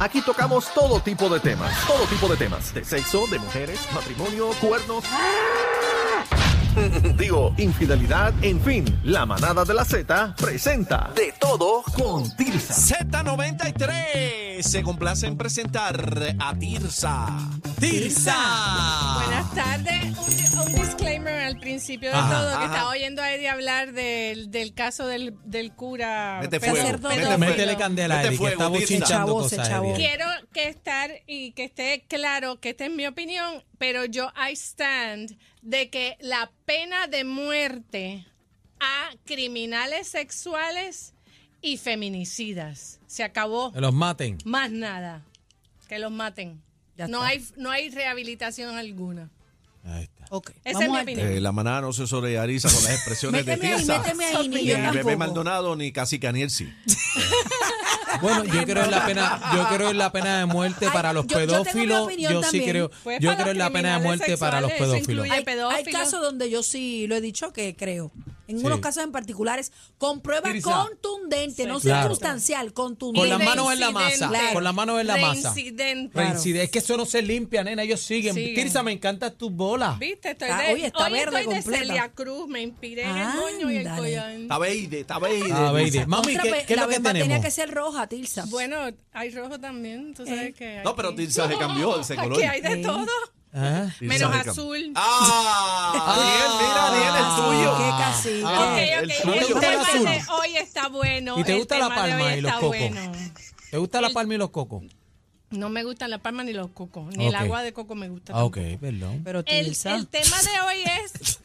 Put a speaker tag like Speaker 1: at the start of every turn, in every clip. Speaker 1: Aquí tocamos todo tipo de temas, todo tipo de temas, de sexo, de mujeres, matrimonio, cuernos, digo, infidelidad, en fin, la manada de la Z presenta de todo con Tirsa.
Speaker 2: Z93 se complace en presentar a Tirsa. Tirsa.
Speaker 3: Buenas tardes. Un, un disclaimer al principio de
Speaker 2: Ajá,
Speaker 3: todo,
Speaker 2: ajá.
Speaker 3: que estaba oyendo a Eddie hablar del, del caso del, del cura.
Speaker 2: Mete
Speaker 3: pedófilo.
Speaker 2: fuego, mete
Speaker 4: Métele,
Speaker 2: fuego.
Speaker 4: métele candela,
Speaker 2: Mete
Speaker 4: Eddie, que
Speaker 2: fuego, Tirsa.
Speaker 4: está bochinchando
Speaker 5: Chavo, se
Speaker 4: cosas,
Speaker 5: chavo.
Speaker 4: Eddie.
Speaker 3: Quiero que estar y que esté claro que esta es mi opinión, pero yo I stand de que la pena de muerte a criminales sexuales y feminicidas se acabó.
Speaker 4: Que los maten.
Speaker 3: Más nada. Que los maten.
Speaker 5: Ya
Speaker 3: No
Speaker 5: está.
Speaker 3: hay, no hay rehabilitación alguna.
Speaker 4: Ahí está.
Speaker 5: Ok.
Speaker 3: Esa es
Speaker 5: vamos
Speaker 3: mi
Speaker 5: al-
Speaker 3: opinión.
Speaker 2: Eh, la manada no se solidariza con las expresiones de
Speaker 5: Méteme ahí,
Speaker 2: Tirsa.
Speaker 5: méteme ahí, ni
Speaker 2: Ni
Speaker 5: yo
Speaker 2: Bebé
Speaker 5: tampoco.
Speaker 2: Maldonado ni Cacique Aniel sí.
Speaker 4: Bueno, yo creo en la pena, yo creo en la pena de muerte
Speaker 5: Ay,
Speaker 4: para los
Speaker 5: yo- yo tengo mi
Speaker 4: pedófilos.
Speaker 5: opinión
Speaker 4: Yo sí
Speaker 5: también.
Speaker 4: creo,
Speaker 3: Pues
Speaker 4: yo
Speaker 3: para
Speaker 4: creo en
Speaker 3: los
Speaker 4: la pena de
Speaker 3: criminales
Speaker 4: muerte para los
Speaker 3: sexuales, eso
Speaker 4: pedófilos.
Speaker 3: incluye-
Speaker 5: Hay,
Speaker 3: pedófilos.
Speaker 5: hay casos donde yo sí lo he dicho que creo. En
Speaker 4: Sí.
Speaker 5: unos casos en particulares, con pruebas
Speaker 4: Tirsa.
Speaker 5: contundentes, no
Speaker 4: Claro.
Speaker 5: circunstancial,
Speaker 4: Con
Speaker 5: contundente.
Speaker 4: las manos en la
Speaker 3: Reincidente.
Speaker 4: masa, con las manos en la masa.
Speaker 3: Reincidente.
Speaker 4: Reincide- Es que eso no se limpia, nena. Ellos siguen.
Speaker 3: Siguen.
Speaker 4: Tirsa, me encantan tus bolas.
Speaker 3: Viste, estoy
Speaker 5: Está-
Speaker 3: de,
Speaker 5: oye, está
Speaker 3: hoy
Speaker 5: verde
Speaker 3: estoy de
Speaker 5: completa.
Speaker 3: Celia Cruz, me inspiré en el moño y el
Speaker 5: Ándale.
Speaker 3: collar.
Speaker 2: Está beide, está beide.
Speaker 4: Ah, baby.
Speaker 2: Tirsa.
Speaker 4: Mami,
Speaker 5: Otra
Speaker 4: ¿qué,
Speaker 5: vez,
Speaker 4: qué es
Speaker 5: la
Speaker 4: lo que
Speaker 5: bemba tenía que
Speaker 4: tenemos?
Speaker 5: ser roja, Tilsa.
Speaker 3: Bueno, hay rojo también, tú sabes
Speaker 5: Eh.
Speaker 3: que hay
Speaker 2: No, pero
Speaker 3: aquí.
Speaker 2: Tirsa se cambió ese color.
Speaker 3: Aquí hay de
Speaker 5: Eh.
Speaker 3: todo,
Speaker 4: Ah,
Speaker 2: Tirsa
Speaker 3: menos
Speaker 2: se cambió.
Speaker 3: azul.
Speaker 2: Ah, Aniel, mira,
Speaker 1: Ah.
Speaker 2: Aniel, el tuyo.
Speaker 5: Ah, Qué cacique.
Speaker 3: ok, ok,
Speaker 2: el suyo.
Speaker 3: el
Speaker 4: ¿Te gusta Ah, el
Speaker 3: tema
Speaker 4: azul?
Speaker 3: de hoy está bueno.
Speaker 4: ¿Y te
Speaker 3: el
Speaker 4: gusta la
Speaker 3: tema de
Speaker 4: palma
Speaker 3: hoy
Speaker 4: y los
Speaker 3: está
Speaker 4: cocos?
Speaker 3: bueno.
Speaker 4: ¿Te gusta la palma y los cocos?
Speaker 3: No me gustan la palma ni los cocos, ni el
Speaker 4: Ok.
Speaker 3: agua de coco me gusta.
Speaker 4: Ah, ok,
Speaker 3: tampoco.
Speaker 4: perdón.
Speaker 5: Pero
Speaker 3: El,
Speaker 5: Tilsa,
Speaker 3: el tema de hoy es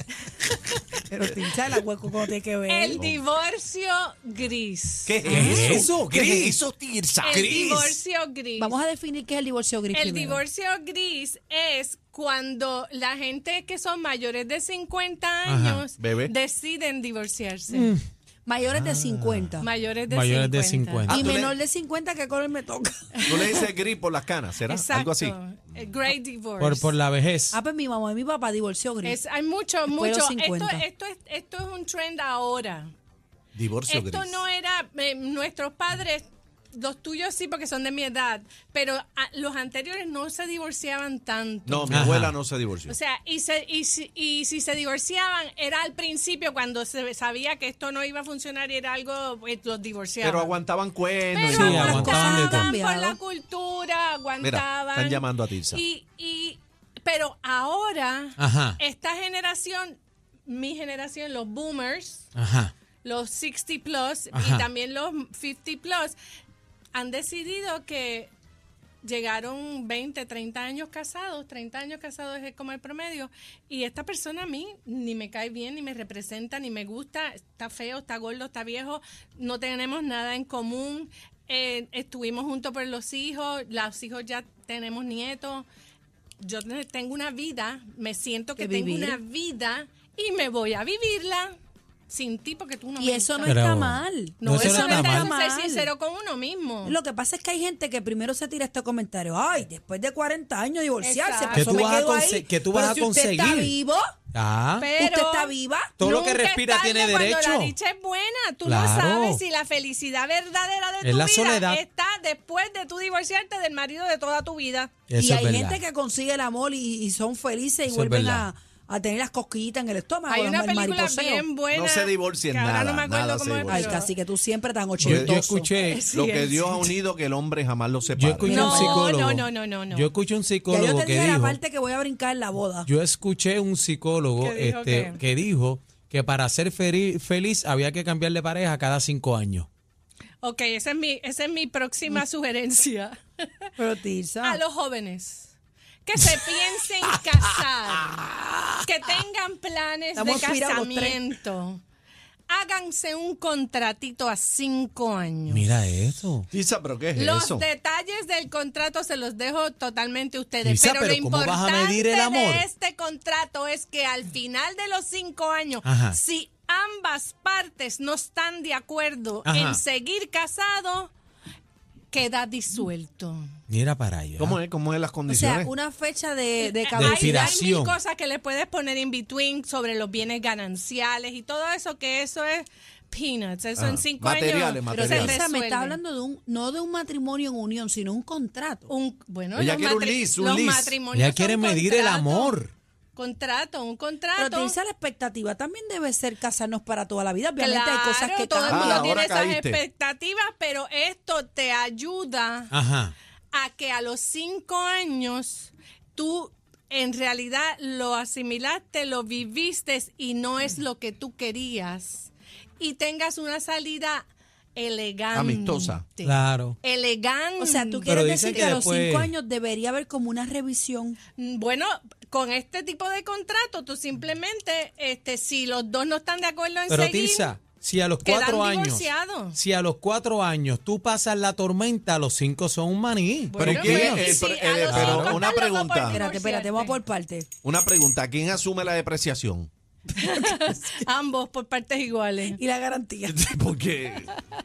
Speaker 5: pero Tilsa, la hueco como tiene que ver.
Speaker 3: el divorcio gris.
Speaker 2: ¿Qué es
Speaker 4: ¿Qué es
Speaker 2: eso?
Speaker 4: eso?
Speaker 2: ¿Qué
Speaker 4: Gris.
Speaker 2: es eso, Tirsa?
Speaker 3: El
Speaker 2: Gris.
Speaker 3: divorcio gris.
Speaker 5: Vamos a definir qué es el divorcio gris
Speaker 3: El
Speaker 5: primero.
Speaker 3: divorcio gris es cuando la gente que son mayores de 50 años
Speaker 2: bebé.
Speaker 3: deciden divorciarse.
Speaker 5: Mayores
Speaker 4: Ah.
Speaker 5: de 50.
Speaker 3: Mayores de
Speaker 4: Mayores
Speaker 3: 50.
Speaker 4: de 50.
Speaker 2: Ah,
Speaker 5: y
Speaker 2: tú le-
Speaker 5: menor de 50, ¿qué color me toca?
Speaker 2: Tú le dices gris por las canas, ¿será?
Speaker 3: Exacto.
Speaker 2: Algo así.
Speaker 3: Eh, Great divorce.
Speaker 4: Por, por la vejez.
Speaker 5: Ah, pues mi mamá y mi papá divorció gris.
Speaker 3: Es- hay mucho,
Speaker 5: Después de
Speaker 3: mucho.
Speaker 5: los
Speaker 3: Esto,
Speaker 5: 50.
Speaker 3: esto, es, esto es un trend ahora.
Speaker 2: Divorcio
Speaker 3: Esto
Speaker 2: gris.
Speaker 3: no era eh, nuestros padres, los tuyos sí porque son de mi edad, pero ah, los anteriores no se divorciaban tanto.
Speaker 2: No, mi
Speaker 4: Ajá.
Speaker 2: abuela no se divorció.
Speaker 3: O sea, y, se- y, si, y si se divorciaban, era al principio cuando se sabía que esto no iba a funcionar y era algo, pues, los divorciaban.
Speaker 2: Pero aguantaban cuernos.
Speaker 3: Pero
Speaker 2: y
Speaker 4: Sí,
Speaker 2: todo.
Speaker 3: aguantaban
Speaker 4: aguantaban de todo.
Speaker 3: por la
Speaker 5: Cambiado.
Speaker 3: cultura, aguantaban.
Speaker 2: están llamando a Tirsa.
Speaker 3: Y, y- pero ahora,
Speaker 4: Ajá.
Speaker 3: esta generación, mi generación, los boomers,
Speaker 4: Ajá.
Speaker 3: los 60 plus
Speaker 4: Ajá.
Speaker 3: y también los 50 plus, han decidido que llegaron 20, 30 años casados, 30 años casados es como el promedio, y esta persona a mí ni me cae bien, ni me representa, ni me gusta, está feo, está gordo, está viejo, no tenemos nada en común, eh, estuvimos juntos por los hijos, los hijos ya tenemos nietos, yo te- tengo una vida, me siento que
Speaker 5: Que
Speaker 3: tengo
Speaker 5: vivir.
Speaker 3: una vida y me voy a vivirla sin ti porque tú no
Speaker 5: y
Speaker 3: me
Speaker 5: eso no
Speaker 3: gustas.
Speaker 4: Pero-
Speaker 5: está mal.
Speaker 4: No, eso no está
Speaker 3: es
Speaker 4: mal.
Speaker 3: ser sincero con uno mismo.
Speaker 5: Lo que pasa es que hay gente que primero se tira este comentario. Ay, después de 40 años divorciarse,
Speaker 3: Exacto.
Speaker 5: pues
Speaker 4: Que
Speaker 5: yo
Speaker 4: tú
Speaker 5: me
Speaker 4: vas a
Speaker 5: quedo
Speaker 4: conse-
Speaker 5: ahí.
Speaker 4: que tú
Speaker 5: Pero
Speaker 4: vas a
Speaker 5: si Usted está
Speaker 4: conseguir.
Speaker 5: vivo,
Speaker 4: Ah.
Speaker 3: Pero
Speaker 5: usted está viva.
Speaker 4: Todo lo
Speaker 3: nunca
Speaker 4: que
Speaker 3: es
Speaker 4: respira
Speaker 3: tarde
Speaker 4: tiene
Speaker 3: cuando
Speaker 4: derecho.
Speaker 3: la dicha es buena. Tú no
Speaker 4: Claro.
Speaker 3: sabes si la felicidad verdadera de
Speaker 4: Es
Speaker 3: tu
Speaker 4: la
Speaker 3: vida
Speaker 4: soledad.
Speaker 3: está después de tú divorciarte del marido de toda tu vida.
Speaker 4: Eso
Speaker 5: y
Speaker 4: es
Speaker 5: hay
Speaker 4: verdad.
Speaker 5: gente que consigue el amor y, y son felices y
Speaker 4: Eso es
Speaker 5: vuelven
Speaker 4: verdad.
Speaker 5: a, a tener las cosquillitas en el estómago.
Speaker 3: Hay
Speaker 5: Ah, el
Speaker 3: una
Speaker 5: mar-
Speaker 3: película
Speaker 5: mariposeo.
Speaker 3: bien buena.
Speaker 2: No se divorcien
Speaker 3: que ahora
Speaker 2: nada,
Speaker 3: no me acuerdo
Speaker 2: nada se
Speaker 3: cómo es,
Speaker 2: divorcien.
Speaker 5: Ay,
Speaker 3: pero-
Speaker 5: casi que tú siempre tan
Speaker 4: Yo,
Speaker 5: ochentoso.
Speaker 4: yo escuché,
Speaker 3: Sí,
Speaker 2: Lo que
Speaker 3: es.
Speaker 2: Dios ha unido, que el hombre jamás lo separa.
Speaker 4: yo escuché
Speaker 3: No,
Speaker 4: un psicólogo.
Speaker 3: no, no, no, no.
Speaker 4: Yo escuché un
Speaker 5: Ya yo
Speaker 4: psicólogo
Speaker 5: te
Speaker 4: que
Speaker 5: dije la
Speaker 4: dijo.
Speaker 5: parte que voy a brincar en la boda.
Speaker 4: Yo escuché un psicólogo
Speaker 3: ¿Qué dijo
Speaker 4: este,
Speaker 3: qué?
Speaker 4: que dijo que para ser feri- feliz había que cambiar de pareja cada cinco años.
Speaker 3: Ok, esa es mi, esa es mi
Speaker 5: Mm.
Speaker 3: próxima sugerencia.
Speaker 5: Pero Tirsa,
Speaker 4: Ah.
Speaker 3: a los jóvenes que se piensen casar, que tengan planes
Speaker 5: Estamos
Speaker 3: de
Speaker 5: inspirados los tres.
Speaker 3: casamiento. háganse un contratito a cinco años.
Speaker 4: Mira esto.
Speaker 2: Isa, pero ¿qué es
Speaker 3: Los
Speaker 2: eso?
Speaker 3: detalles del contrato se los dejo totalmente a ustedes.
Speaker 4: Lisa,
Speaker 3: pero, lo
Speaker 4: pero ¿cómo vas
Speaker 3: importante
Speaker 4: a medir el amor?
Speaker 3: de este contrato es que al final de los cinco años,
Speaker 4: Ajá.
Speaker 3: si ambas partes no están de acuerdo
Speaker 4: Ajá.
Speaker 3: en seguir casado, queda disuelto.
Speaker 4: Mira para allá.
Speaker 2: ¿Cómo es? ¿Cómo es las
Speaker 5: O sea,
Speaker 2: condiciones?
Speaker 5: una fecha de, de
Speaker 3: Hay-
Speaker 5: caballo.
Speaker 3: hay,
Speaker 4: Expiración.
Speaker 3: mil cosas que le puedes poner in between sobre los bienes gananciales y todo eso, que eso es peanuts. Eso
Speaker 2: Ah,
Speaker 3: en cinco
Speaker 2: materiales,
Speaker 3: años.
Speaker 5: Pero
Speaker 2: materiales.
Speaker 3: se
Speaker 5: Lisa, me
Speaker 3: resuelve.
Speaker 5: está hablando de un, no de un matrimonio en unión, sino un contrato.
Speaker 3: Un, bueno,
Speaker 2: Ella
Speaker 3: los
Speaker 2: quiere un
Speaker 3: matri-
Speaker 2: lease, un
Speaker 3: los
Speaker 2: lease.
Speaker 3: matrimonios
Speaker 4: Ella
Speaker 3: son
Speaker 4: quiere medir el
Speaker 3: contratos.
Speaker 4: amor.
Speaker 3: Contrato, un contrato.
Speaker 5: Pero te dice la expectativa también debe ser casarnos para toda la vida. Obviamente
Speaker 3: claro,
Speaker 5: hay cosas que
Speaker 3: todo el
Speaker 5: cambian.
Speaker 3: mundo
Speaker 2: Ah,
Speaker 3: tiene
Speaker 2: ahora
Speaker 3: esas
Speaker 2: caíste.
Speaker 3: expectativas, pero esto te ayuda
Speaker 4: Ajá.
Speaker 3: a que a los cinco años tú en realidad lo asimilaste, lo viviste y no es lo que tú querías. Y tengas una salida elegante.
Speaker 2: Amistosa.
Speaker 4: Claro.
Speaker 3: Elegante.
Speaker 5: O sea, tú
Speaker 4: Pero
Speaker 5: quieres
Speaker 4: dicen
Speaker 5: decir que,
Speaker 4: que
Speaker 5: a los
Speaker 4: después-
Speaker 5: cinco años debería haber como una revisión.
Speaker 3: Ah. Bueno, con este tipo de contrato, tú simplemente, este, si los dos no están de acuerdo en
Speaker 4: Pero
Speaker 3: seguir,
Speaker 4: Tirsa, si a los
Speaker 3: quedan
Speaker 4: cuatro años.
Speaker 3: divorciados.
Speaker 4: Si a los cuatro años tú pasas la tormenta, a los cinco son un maní.
Speaker 2: Pero
Speaker 3: Bueno,
Speaker 2: ¿quién
Speaker 3: pero-
Speaker 2: es?
Speaker 3: y si
Speaker 2: pero-
Speaker 3: a
Speaker 2: eh,
Speaker 3: los
Speaker 2: pero
Speaker 3: cinco
Speaker 2: una
Speaker 3: están los dos por
Speaker 2: pregunta.
Speaker 5: Espérate, espérate, vamos por parte.
Speaker 2: Una pregunta, ¿quién asume la depreciación?
Speaker 3: Ambos por partes iguales.
Speaker 5: Y la garantía.
Speaker 2: Porque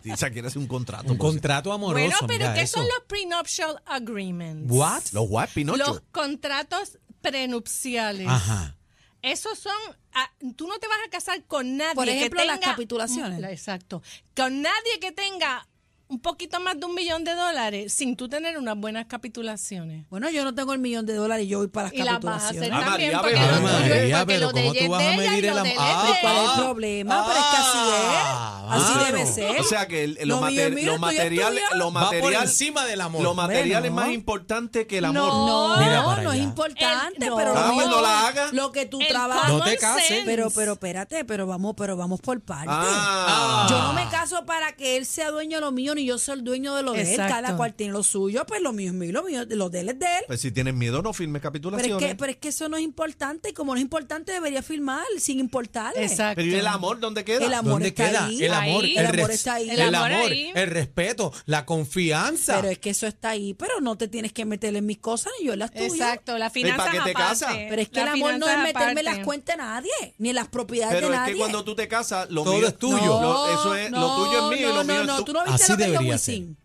Speaker 2: Isa quiere hacer un contrato.
Speaker 4: Un
Speaker 2: por
Speaker 4: contrato amoroso.
Speaker 3: Bueno, pero
Speaker 4: mira
Speaker 3: ¿qué
Speaker 4: eso.
Speaker 3: son los prenuptial agreements?
Speaker 4: What?
Speaker 2: eso. Los guay, Pinocho.
Speaker 3: Los contratos prenupciales.
Speaker 4: Ajá.
Speaker 3: Esos son, ah, tú no te vas a casar con nadie
Speaker 5: Por ejemplo,
Speaker 3: que
Speaker 5: las
Speaker 3: tenga,
Speaker 5: capitulaciones.
Speaker 3: Mm, la- Exacto. Con nadie que tenga un poquito más de un millón de dólares sin tú tener unas buenas capitulaciones.
Speaker 5: Bueno, yo no tengo el millón de dólares y yo voy para las
Speaker 3: Y las vas a hacer
Speaker 2: Ah,
Speaker 3: también
Speaker 5: capitulaciones.
Speaker 2: María,
Speaker 3: porque
Speaker 2: Ave
Speaker 3: lo
Speaker 2: María,
Speaker 3: tuyo es
Speaker 4: pero
Speaker 3: porque lo de
Speaker 4: ¿cómo
Speaker 3: ella
Speaker 4: tú vas a
Speaker 3: y lo
Speaker 4: medir el
Speaker 3: del
Speaker 4: am-
Speaker 3: él
Speaker 4: Ah,
Speaker 3: de
Speaker 5: ¿Cuál
Speaker 3: él.
Speaker 5: es el problema? Pero es que así
Speaker 4: Ah,
Speaker 5: es. Así
Speaker 4: mano.
Speaker 5: debe ser.
Speaker 2: O sea que el- lo,
Speaker 5: Lo mío
Speaker 2: mater-
Speaker 5: es mío,
Speaker 2: lo
Speaker 5: estoy
Speaker 2: material,
Speaker 5: estudiando.
Speaker 2: lo
Speaker 4: Va por
Speaker 2: material,
Speaker 4: encima del amor.
Speaker 2: Lo material es
Speaker 5: Bueno.
Speaker 2: más importante que el amor.
Speaker 3: No.
Speaker 4: Mira
Speaker 5: No,
Speaker 4: para
Speaker 5: no es
Speaker 4: allá.
Speaker 5: importante,
Speaker 3: El- no.
Speaker 5: pero lo
Speaker 2: Ah, pues
Speaker 5: mío-
Speaker 2: no la haga.
Speaker 5: Lo que tú
Speaker 3: El
Speaker 5: trabajas.
Speaker 4: No
Speaker 3: common
Speaker 4: te cases.
Speaker 3: sense.
Speaker 5: Pero, pero espérate, pero vamos, pero vamos por partes.
Speaker 2: Ah.
Speaker 5: Yo no me caso para que él sea dueño de lo mío, ni yo soy el dueño de lo de él.
Speaker 3: Exacto.
Speaker 5: Cada cual tiene lo suyo, pues lo mío es mío, lo mío, lo de él es de él.
Speaker 2: Pues si tienes miedo, no firmes
Speaker 5: Pero es,
Speaker 2: capitulaciones.
Speaker 5: que, pero es que eso no es importante, y como no es importante, debería firmar sin importarle.
Speaker 3: Exacto.
Speaker 2: Pero ¿y el amor dónde queda?
Speaker 5: El amor
Speaker 4: ¿Dónde
Speaker 5: está
Speaker 4: queda?
Speaker 5: ahí.
Speaker 4: El amor,
Speaker 3: Ahí.
Speaker 4: el,
Speaker 5: El amor
Speaker 4: res-
Speaker 5: está ahí.
Speaker 4: El,
Speaker 3: El amor
Speaker 4: amor,
Speaker 3: ahí.
Speaker 4: el respeto, la confianza.
Speaker 5: Pero es que eso está ahí, pero no te tienes que meter en mis cosas ni yo en las tuyas.
Speaker 3: Exacto, la finanza
Speaker 2: para qué te casas?
Speaker 5: Pero es que el amor no es meterme en las cuentas de nadie, ni en las propiedades
Speaker 2: Pero
Speaker 5: de
Speaker 2: es
Speaker 5: nadie.
Speaker 2: que cuando tú te casas, lo
Speaker 4: Todo
Speaker 2: mío
Speaker 4: es tuyo.
Speaker 2: Lo, eso es, lo tuyo es mío y
Speaker 5: no,
Speaker 2: lo mío
Speaker 5: no,
Speaker 2: es
Speaker 5: no,
Speaker 2: tu-
Speaker 5: tú no viste
Speaker 4: Así
Speaker 5: lo que hizo
Speaker 4: debería
Speaker 5: Wisin.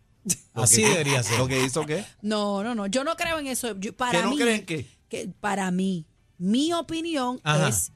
Speaker 2: Lo
Speaker 4: Así
Speaker 2: que-
Speaker 4: debería ser.
Speaker 2: ¿Lo que hizo qué?
Speaker 5: No, no, no, yo no creo en eso. Yo- para
Speaker 2: ¿Que no
Speaker 5: mí,
Speaker 2: creen qué?
Speaker 5: que para mí, mi opinión
Speaker 4: Ajá.
Speaker 5: es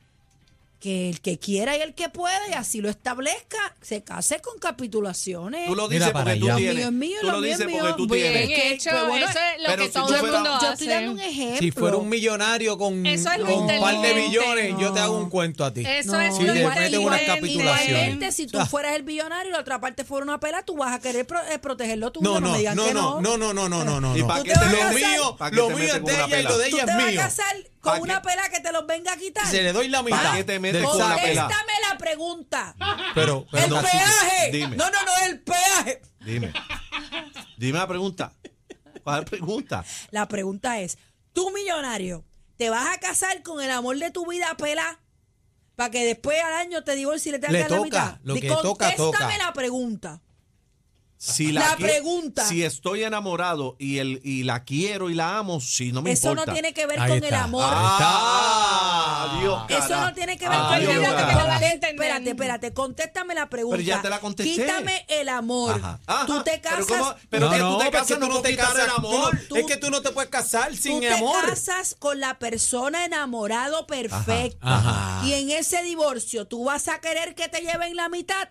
Speaker 5: que el que quiera y el que pueda y así lo establezca, se case con capitulaciones.
Speaker 2: Tú lo
Speaker 4: Mira
Speaker 2: dices
Speaker 4: para
Speaker 2: porque tú
Speaker 4: allá.
Speaker 2: tienes.
Speaker 5: Mío es mío,
Speaker 2: tú
Speaker 5: lo
Speaker 2: lo
Speaker 5: mío es
Speaker 2: dices
Speaker 5: mío.
Speaker 2: porque tú
Speaker 5: Bien
Speaker 2: tienes.
Speaker 5: que-
Speaker 3: hecho,
Speaker 5: pues, bueno,
Speaker 3: eso es lo
Speaker 2: pero
Speaker 3: que
Speaker 2: si
Speaker 3: todo
Speaker 2: yo
Speaker 3: el
Speaker 5: Yo,
Speaker 2: fuera-
Speaker 3: mundo
Speaker 5: yo
Speaker 3: hace.
Speaker 5: estoy dando un ejemplo.
Speaker 4: si fuera un millonario con,
Speaker 3: Eso es lo
Speaker 4: con un par de
Speaker 3: inteligente.
Speaker 4: billones, yo te hago un
Speaker 5: No.
Speaker 4: cuento a ti.
Speaker 3: Eso
Speaker 5: No,
Speaker 3: es
Speaker 4: Si
Speaker 3: lo
Speaker 4: le meten una
Speaker 3: inteligente.
Speaker 4: capitulación.
Speaker 5: Igualmente, si tú
Speaker 4: Ah.
Speaker 5: fueras el billonario y la otra parte fuera una pela, tú vas a querer pro- eh, protegerlo tú.
Speaker 4: No,
Speaker 5: me
Speaker 4: no,
Speaker 5: digan
Speaker 4: no,
Speaker 5: que
Speaker 4: no, no, no, no, no, no, no.
Speaker 2: ¿Y
Speaker 4: no.
Speaker 2: pa'
Speaker 4: Lo
Speaker 5: qué te metes?
Speaker 4: mío,
Speaker 2: ¿Pa' qué
Speaker 4: lo
Speaker 2: te
Speaker 4: mío
Speaker 2: metes
Speaker 4: es
Speaker 2: con
Speaker 4: de
Speaker 2: una
Speaker 4: ella y lo
Speaker 2: pela?
Speaker 4: de
Speaker 5: Tú
Speaker 4: ella
Speaker 5: te
Speaker 4: es
Speaker 5: vas a
Speaker 4: mío.
Speaker 5: casar
Speaker 2: ¿Pa'
Speaker 5: con
Speaker 2: qué?
Speaker 5: una pela que te los venga a quitar.
Speaker 4: Se le doy la mitad.
Speaker 2: qué te metes
Speaker 4: del
Speaker 2: con la
Speaker 4: saco.
Speaker 2: pela?
Speaker 5: Contéstame la pregunta.
Speaker 4: Pero, pero
Speaker 5: el
Speaker 4: no,
Speaker 2: Cacique,
Speaker 5: peaje.
Speaker 2: dime.
Speaker 5: No, no, no, el peaje.
Speaker 2: Dime. Dime la pregunta. ¿Cuál pregunta?
Speaker 5: La pregunta es, tú millonario, ¿te vas a casar con el amor de tu vida, pela? Para que después al año te divorcies y le tengas
Speaker 4: Le
Speaker 5: que dar la
Speaker 4: toca,
Speaker 5: mitad.
Speaker 4: lo
Speaker 5: Di-
Speaker 4: que toca, toca.
Speaker 5: Contéstame la pregunta.
Speaker 2: Si la,
Speaker 5: La
Speaker 2: qui-
Speaker 5: pregunta.
Speaker 2: Si estoy enamorado y, el, y la quiero y la amo, si no me
Speaker 5: Eso
Speaker 2: importa.
Speaker 5: no tiene que ver
Speaker 4: Ahí
Speaker 5: con
Speaker 4: está.
Speaker 5: el amor.
Speaker 2: Ah, Dios,
Speaker 5: Eso
Speaker 2: carajo.
Speaker 5: no tiene que ver
Speaker 2: Ah,
Speaker 5: con
Speaker 2: Dios,
Speaker 5: el amor.
Speaker 2: carajo.
Speaker 3: vas a
Speaker 5: Conté-
Speaker 3: entender.
Speaker 5: Espérate, espérate, contéstame la pregunta.
Speaker 2: Pero ya te la contesté.
Speaker 5: Quítame el amor.
Speaker 2: Ajá. Ajá.
Speaker 5: Tú te
Speaker 2: Pero
Speaker 5: casas.
Speaker 2: cómo- pero
Speaker 4: No,
Speaker 2: que
Speaker 4: no,
Speaker 2: tú te
Speaker 4: porque
Speaker 2: casas
Speaker 4: tú
Speaker 2: no
Speaker 4: no te
Speaker 2: quitas el
Speaker 4: casas. tú no-
Speaker 2: amor.
Speaker 5: Tú-
Speaker 4: es que tú no te puedes casar
Speaker 5: Tú
Speaker 4: sin
Speaker 5: te
Speaker 4: amor.
Speaker 5: casas con la persona enamorado perfecta.
Speaker 4: Ajá, ajá.
Speaker 5: Y en ese divorcio, ¿tú vas a querer que te lleven la mitad?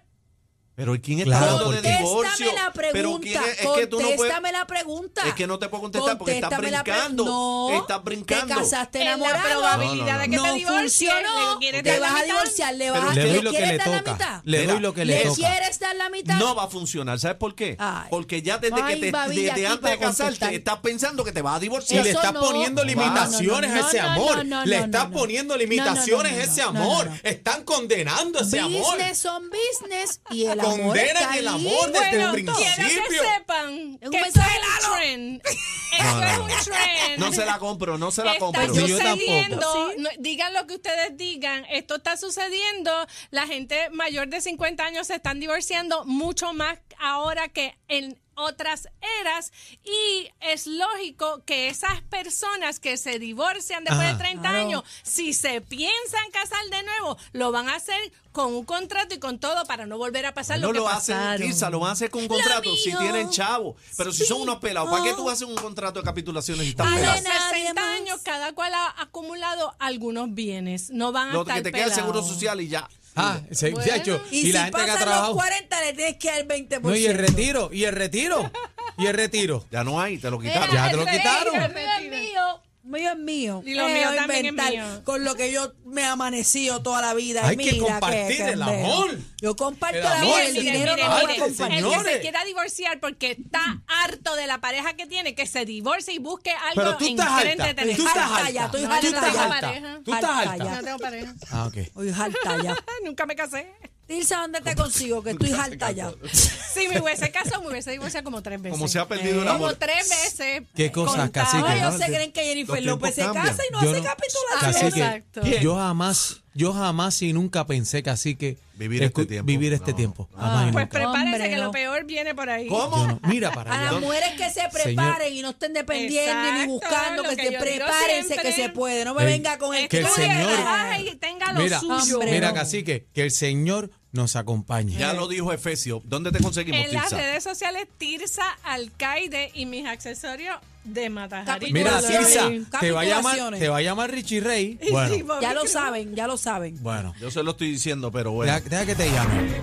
Speaker 2: Pero ¿quién está
Speaker 4: Claro,
Speaker 2: hablando de
Speaker 4: porque-
Speaker 2: divorcio?
Speaker 5: Contéstame la
Speaker 2: Pero ¿quién
Speaker 5: pregunta.
Speaker 2: es? Es que tú no puedes...
Speaker 5: Contéstame la pregunta.
Speaker 2: Es que no te puedo contestar porque estás
Speaker 5: Contéstame la pre-
Speaker 2: brincando.
Speaker 5: No.
Speaker 2: Estás brincando.
Speaker 5: Te casaste
Speaker 3: En la
Speaker 5: enamorado.
Speaker 3: probabilidad
Speaker 2: No, no,
Speaker 3: de que
Speaker 5: no
Speaker 3: te divorcies,
Speaker 5: funcionó,
Speaker 3: le quieres
Speaker 5: te
Speaker 3: dar la
Speaker 5: vas a
Speaker 3: mitad.
Speaker 5: divorciar, le vas
Speaker 2: Pero
Speaker 5: a
Speaker 4: Le doy
Speaker 5: ¿le
Speaker 4: lo que
Speaker 5: quieres
Speaker 4: le
Speaker 5: dar la
Speaker 4: toca.
Speaker 5: mitad?
Speaker 4: Le
Speaker 2: Mira,
Speaker 4: doy lo que le
Speaker 5: ¿Le
Speaker 4: toca.
Speaker 5: quieres dar la mitad?
Speaker 2: No va a funcionar. ¿Sabes por qué?
Speaker 5: Ay.
Speaker 2: Porque ya desde
Speaker 5: Ay,
Speaker 2: que te,
Speaker 5: Babilla,
Speaker 2: desde
Speaker 5: aquí
Speaker 2: antes
Speaker 5: para
Speaker 2: de casarte
Speaker 5: contestar.
Speaker 2: estás pensando que te vas a
Speaker 4: Y
Speaker 2: divorciar.
Speaker 4: le
Speaker 5: Eso
Speaker 4: estás
Speaker 5: no.
Speaker 4: poniendo
Speaker 2: No,
Speaker 4: limitaciones
Speaker 5: no, no,
Speaker 4: a ese
Speaker 5: no,
Speaker 4: amor.
Speaker 5: no, no,
Speaker 4: le
Speaker 5: no,
Speaker 4: estás
Speaker 5: no.
Speaker 4: poniendo
Speaker 5: No, no, no,
Speaker 4: limitaciones a
Speaker 5: no,
Speaker 4: ese
Speaker 5: no, no,
Speaker 4: amor.
Speaker 5: no.
Speaker 4: Están condenando ese amor.
Speaker 5: Business son business y el
Speaker 2: condenan
Speaker 5: está
Speaker 2: el
Speaker 5: ahí.
Speaker 2: amor desde
Speaker 3: Bueno,
Speaker 2: el
Speaker 3: quiero que
Speaker 2: principio.
Speaker 3: sepan
Speaker 5: un
Speaker 3: que eso
Speaker 5: mensaje
Speaker 3: es
Speaker 5: largo.
Speaker 3: un trend. Eso es un trend.
Speaker 2: No se la compro, no se la
Speaker 3: Está
Speaker 2: compro.
Speaker 4: Ni yo
Speaker 3: sucediendo,
Speaker 5: tampoco. Sí.
Speaker 3: no- digan lo que ustedes digan, esto está sucediendo, la gente mayor de 50 años se están divorciando mucho más ahora que en otras eras y es lógico que esas personas que se divorcian después
Speaker 4: Ajá.
Speaker 3: de 30 años, si se piensan casar de nuevo, lo van a hacer con un contrato y con todo para no volver a pasar
Speaker 2: No
Speaker 3: lo que
Speaker 2: lo hacen,
Speaker 3: pasaron.
Speaker 2: Tirsa, lo van a hacer con contrato si
Speaker 5: mío.
Speaker 2: tienen chavo. Pero si son
Speaker 5: Sí.
Speaker 2: unos pelados, ¿para qué tú
Speaker 5: Oh.
Speaker 2: haces un contrato de capitulaciones y
Speaker 3: A
Speaker 2: tan
Speaker 5: Ay,
Speaker 3: los
Speaker 2: pelado?
Speaker 5: no, nadie
Speaker 3: 60
Speaker 5: más.
Speaker 3: años cada cual ha acumulado algunos bienes. No van a
Speaker 2: Lo
Speaker 3: estar
Speaker 2: que te queda es seguro
Speaker 3: pelados.
Speaker 2: social y ya.
Speaker 4: Ah, se,
Speaker 3: Bueno.
Speaker 4: se ha hecho.
Speaker 5: Y,
Speaker 4: Y,
Speaker 5: si
Speaker 4: la gente que ha
Speaker 5: pasan los
Speaker 4: trabajado.
Speaker 5: 40 le tienes que dar el 20%.
Speaker 4: No, y el retiro, y el retiro, y el retiro.
Speaker 2: Ya no hay, te lo
Speaker 3: Era
Speaker 2: quitaron.
Speaker 4: Ya te lo
Speaker 3: el rey,
Speaker 4: quitaron.
Speaker 3: el rey es mío.
Speaker 5: Mío es mío.
Speaker 3: Y lo
Speaker 5: Eh,
Speaker 3: mío
Speaker 5: voy a
Speaker 3: también es
Speaker 5: inventar
Speaker 3: mío.
Speaker 5: Con lo que yo me he amanecido toda la vida.
Speaker 4: Hay
Speaker 5: Y
Speaker 4: que
Speaker 5: mira,
Speaker 4: compartir el
Speaker 5: tembeo.
Speaker 4: amor.
Speaker 5: Yo comparto
Speaker 4: El
Speaker 5: el amor,
Speaker 4: amor,
Speaker 5: el
Speaker 4: sí,
Speaker 5: dinero
Speaker 4: mire,
Speaker 5: no lo
Speaker 4: mire,
Speaker 5: voy
Speaker 4: mire,
Speaker 5: a compartir.
Speaker 3: el que se
Speaker 4: señores.
Speaker 3: quiera divorciar porque está harto de la pareja que tiene, que se divorcie y busque algo
Speaker 4: Pero tú
Speaker 3: en
Speaker 4: estás
Speaker 3: qué
Speaker 4: alta.
Speaker 3: entretener.
Speaker 4: Tú estás
Speaker 5: Harta ya,
Speaker 4: alta.
Speaker 5: estoy
Speaker 4: Tú
Speaker 3: harta
Speaker 4: estás
Speaker 3: ya.
Speaker 4: alta. Tú estás
Speaker 5: Harta
Speaker 4: alta.
Speaker 5: ya.
Speaker 3: No tengo pareja.
Speaker 4: Ah, ok.
Speaker 5: Estoy harta ya.
Speaker 3: Ah, Nunca me casé.
Speaker 5: Tilsa, ¿dónde te consigo? Que estoy harta ya.
Speaker 3: Si me hubiese casado, me hubiese divorciado como tres veces.
Speaker 2: Como se ha perdido el
Speaker 3: Como
Speaker 2: amor.
Speaker 3: tres veces.
Speaker 4: Qué cosas,
Speaker 3: Contaba.
Speaker 4: cacique,
Speaker 5: No,
Speaker 4: que
Speaker 5: ellos
Speaker 4: no,
Speaker 5: se
Speaker 4: te-
Speaker 5: creen que Jennifer
Speaker 2: los
Speaker 5: López se
Speaker 2: tiempos
Speaker 5: casa y no
Speaker 4: Yo
Speaker 5: hace
Speaker 4: no-
Speaker 5: capitulación.
Speaker 4: Cacique,
Speaker 3: Exacto.
Speaker 4: yo jamás, yo jamás y nunca pensé, cacique,
Speaker 2: Vivir este
Speaker 4: escu-
Speaker 2: tiempo.
Speaker 4: vivir este
Speaker 2: No. Ah.
Speaker 4: tiempo. Jamás y
Speaker 3: Pues
Speaker 4: nunca.
Speaker 3: prepárense
Speaker 5: Hombre,
Speaker 3: que
Speaker 5: no.
Speaker 3: lo peor viene por ahí.
Speaker 4: Yo no- mira para
Speaker 5: A
Speaker 4: allá.
Speaker 5: las mujeres que se preparen y no estén dependiendo ni
Speaker 3: Exacto,
Speaker 5: buscando,
Speaker 3: lo
Speaker 5: que,
Speaker 3: que
Speaker 5: se
Speaker 3: yo digo
Speaker 5: prepárense
Speaker 3: siempre.
Speaker 5: que se puede. No me
Speaker 4: Ey,
Speaker 5: venga con el
Speaker 4: que el
Speaker 3: Estudie,
Speaker 4: señor-
Speaker 3: trabaje y tenga lo
Speaker 4: Mira,
Speaker 3: suyo.
Speaker 5: Hombre,
Speaker 4: mira,
Speaker 5: no.
Speaker 4: cacique, que el Señor nos acompañe.
Speaker 2: Ya lo dijo Efesio. ¿Dónde te conseguimos,
Speaker 3: Eh. En las
Speaker 2: Tirsa?
Speaker 3: redes sociales, Tirsa Alcaide y mis accesorios de Matajari.
Speaker 4: Mira,
Speaker 5: Capitulaciones.
Speaker 4: Tirsa, te va a llamar,
Speaker 5: Capitulaciones.
Speaker 4: te va a llamar Richie Rey.
Speaker 3: Y sí,
Speaker 4: Bueno,
Speaker 3: porque
Speaker 5: Ya lo
Speaker 3: creo-
Speaker 5: saben, ya lo saben.
Speaker 4: bueno.
Speaker 2: Yo se lo estoy diciendo, pero bueno.
Speaker 4: Deja, deja que te llame.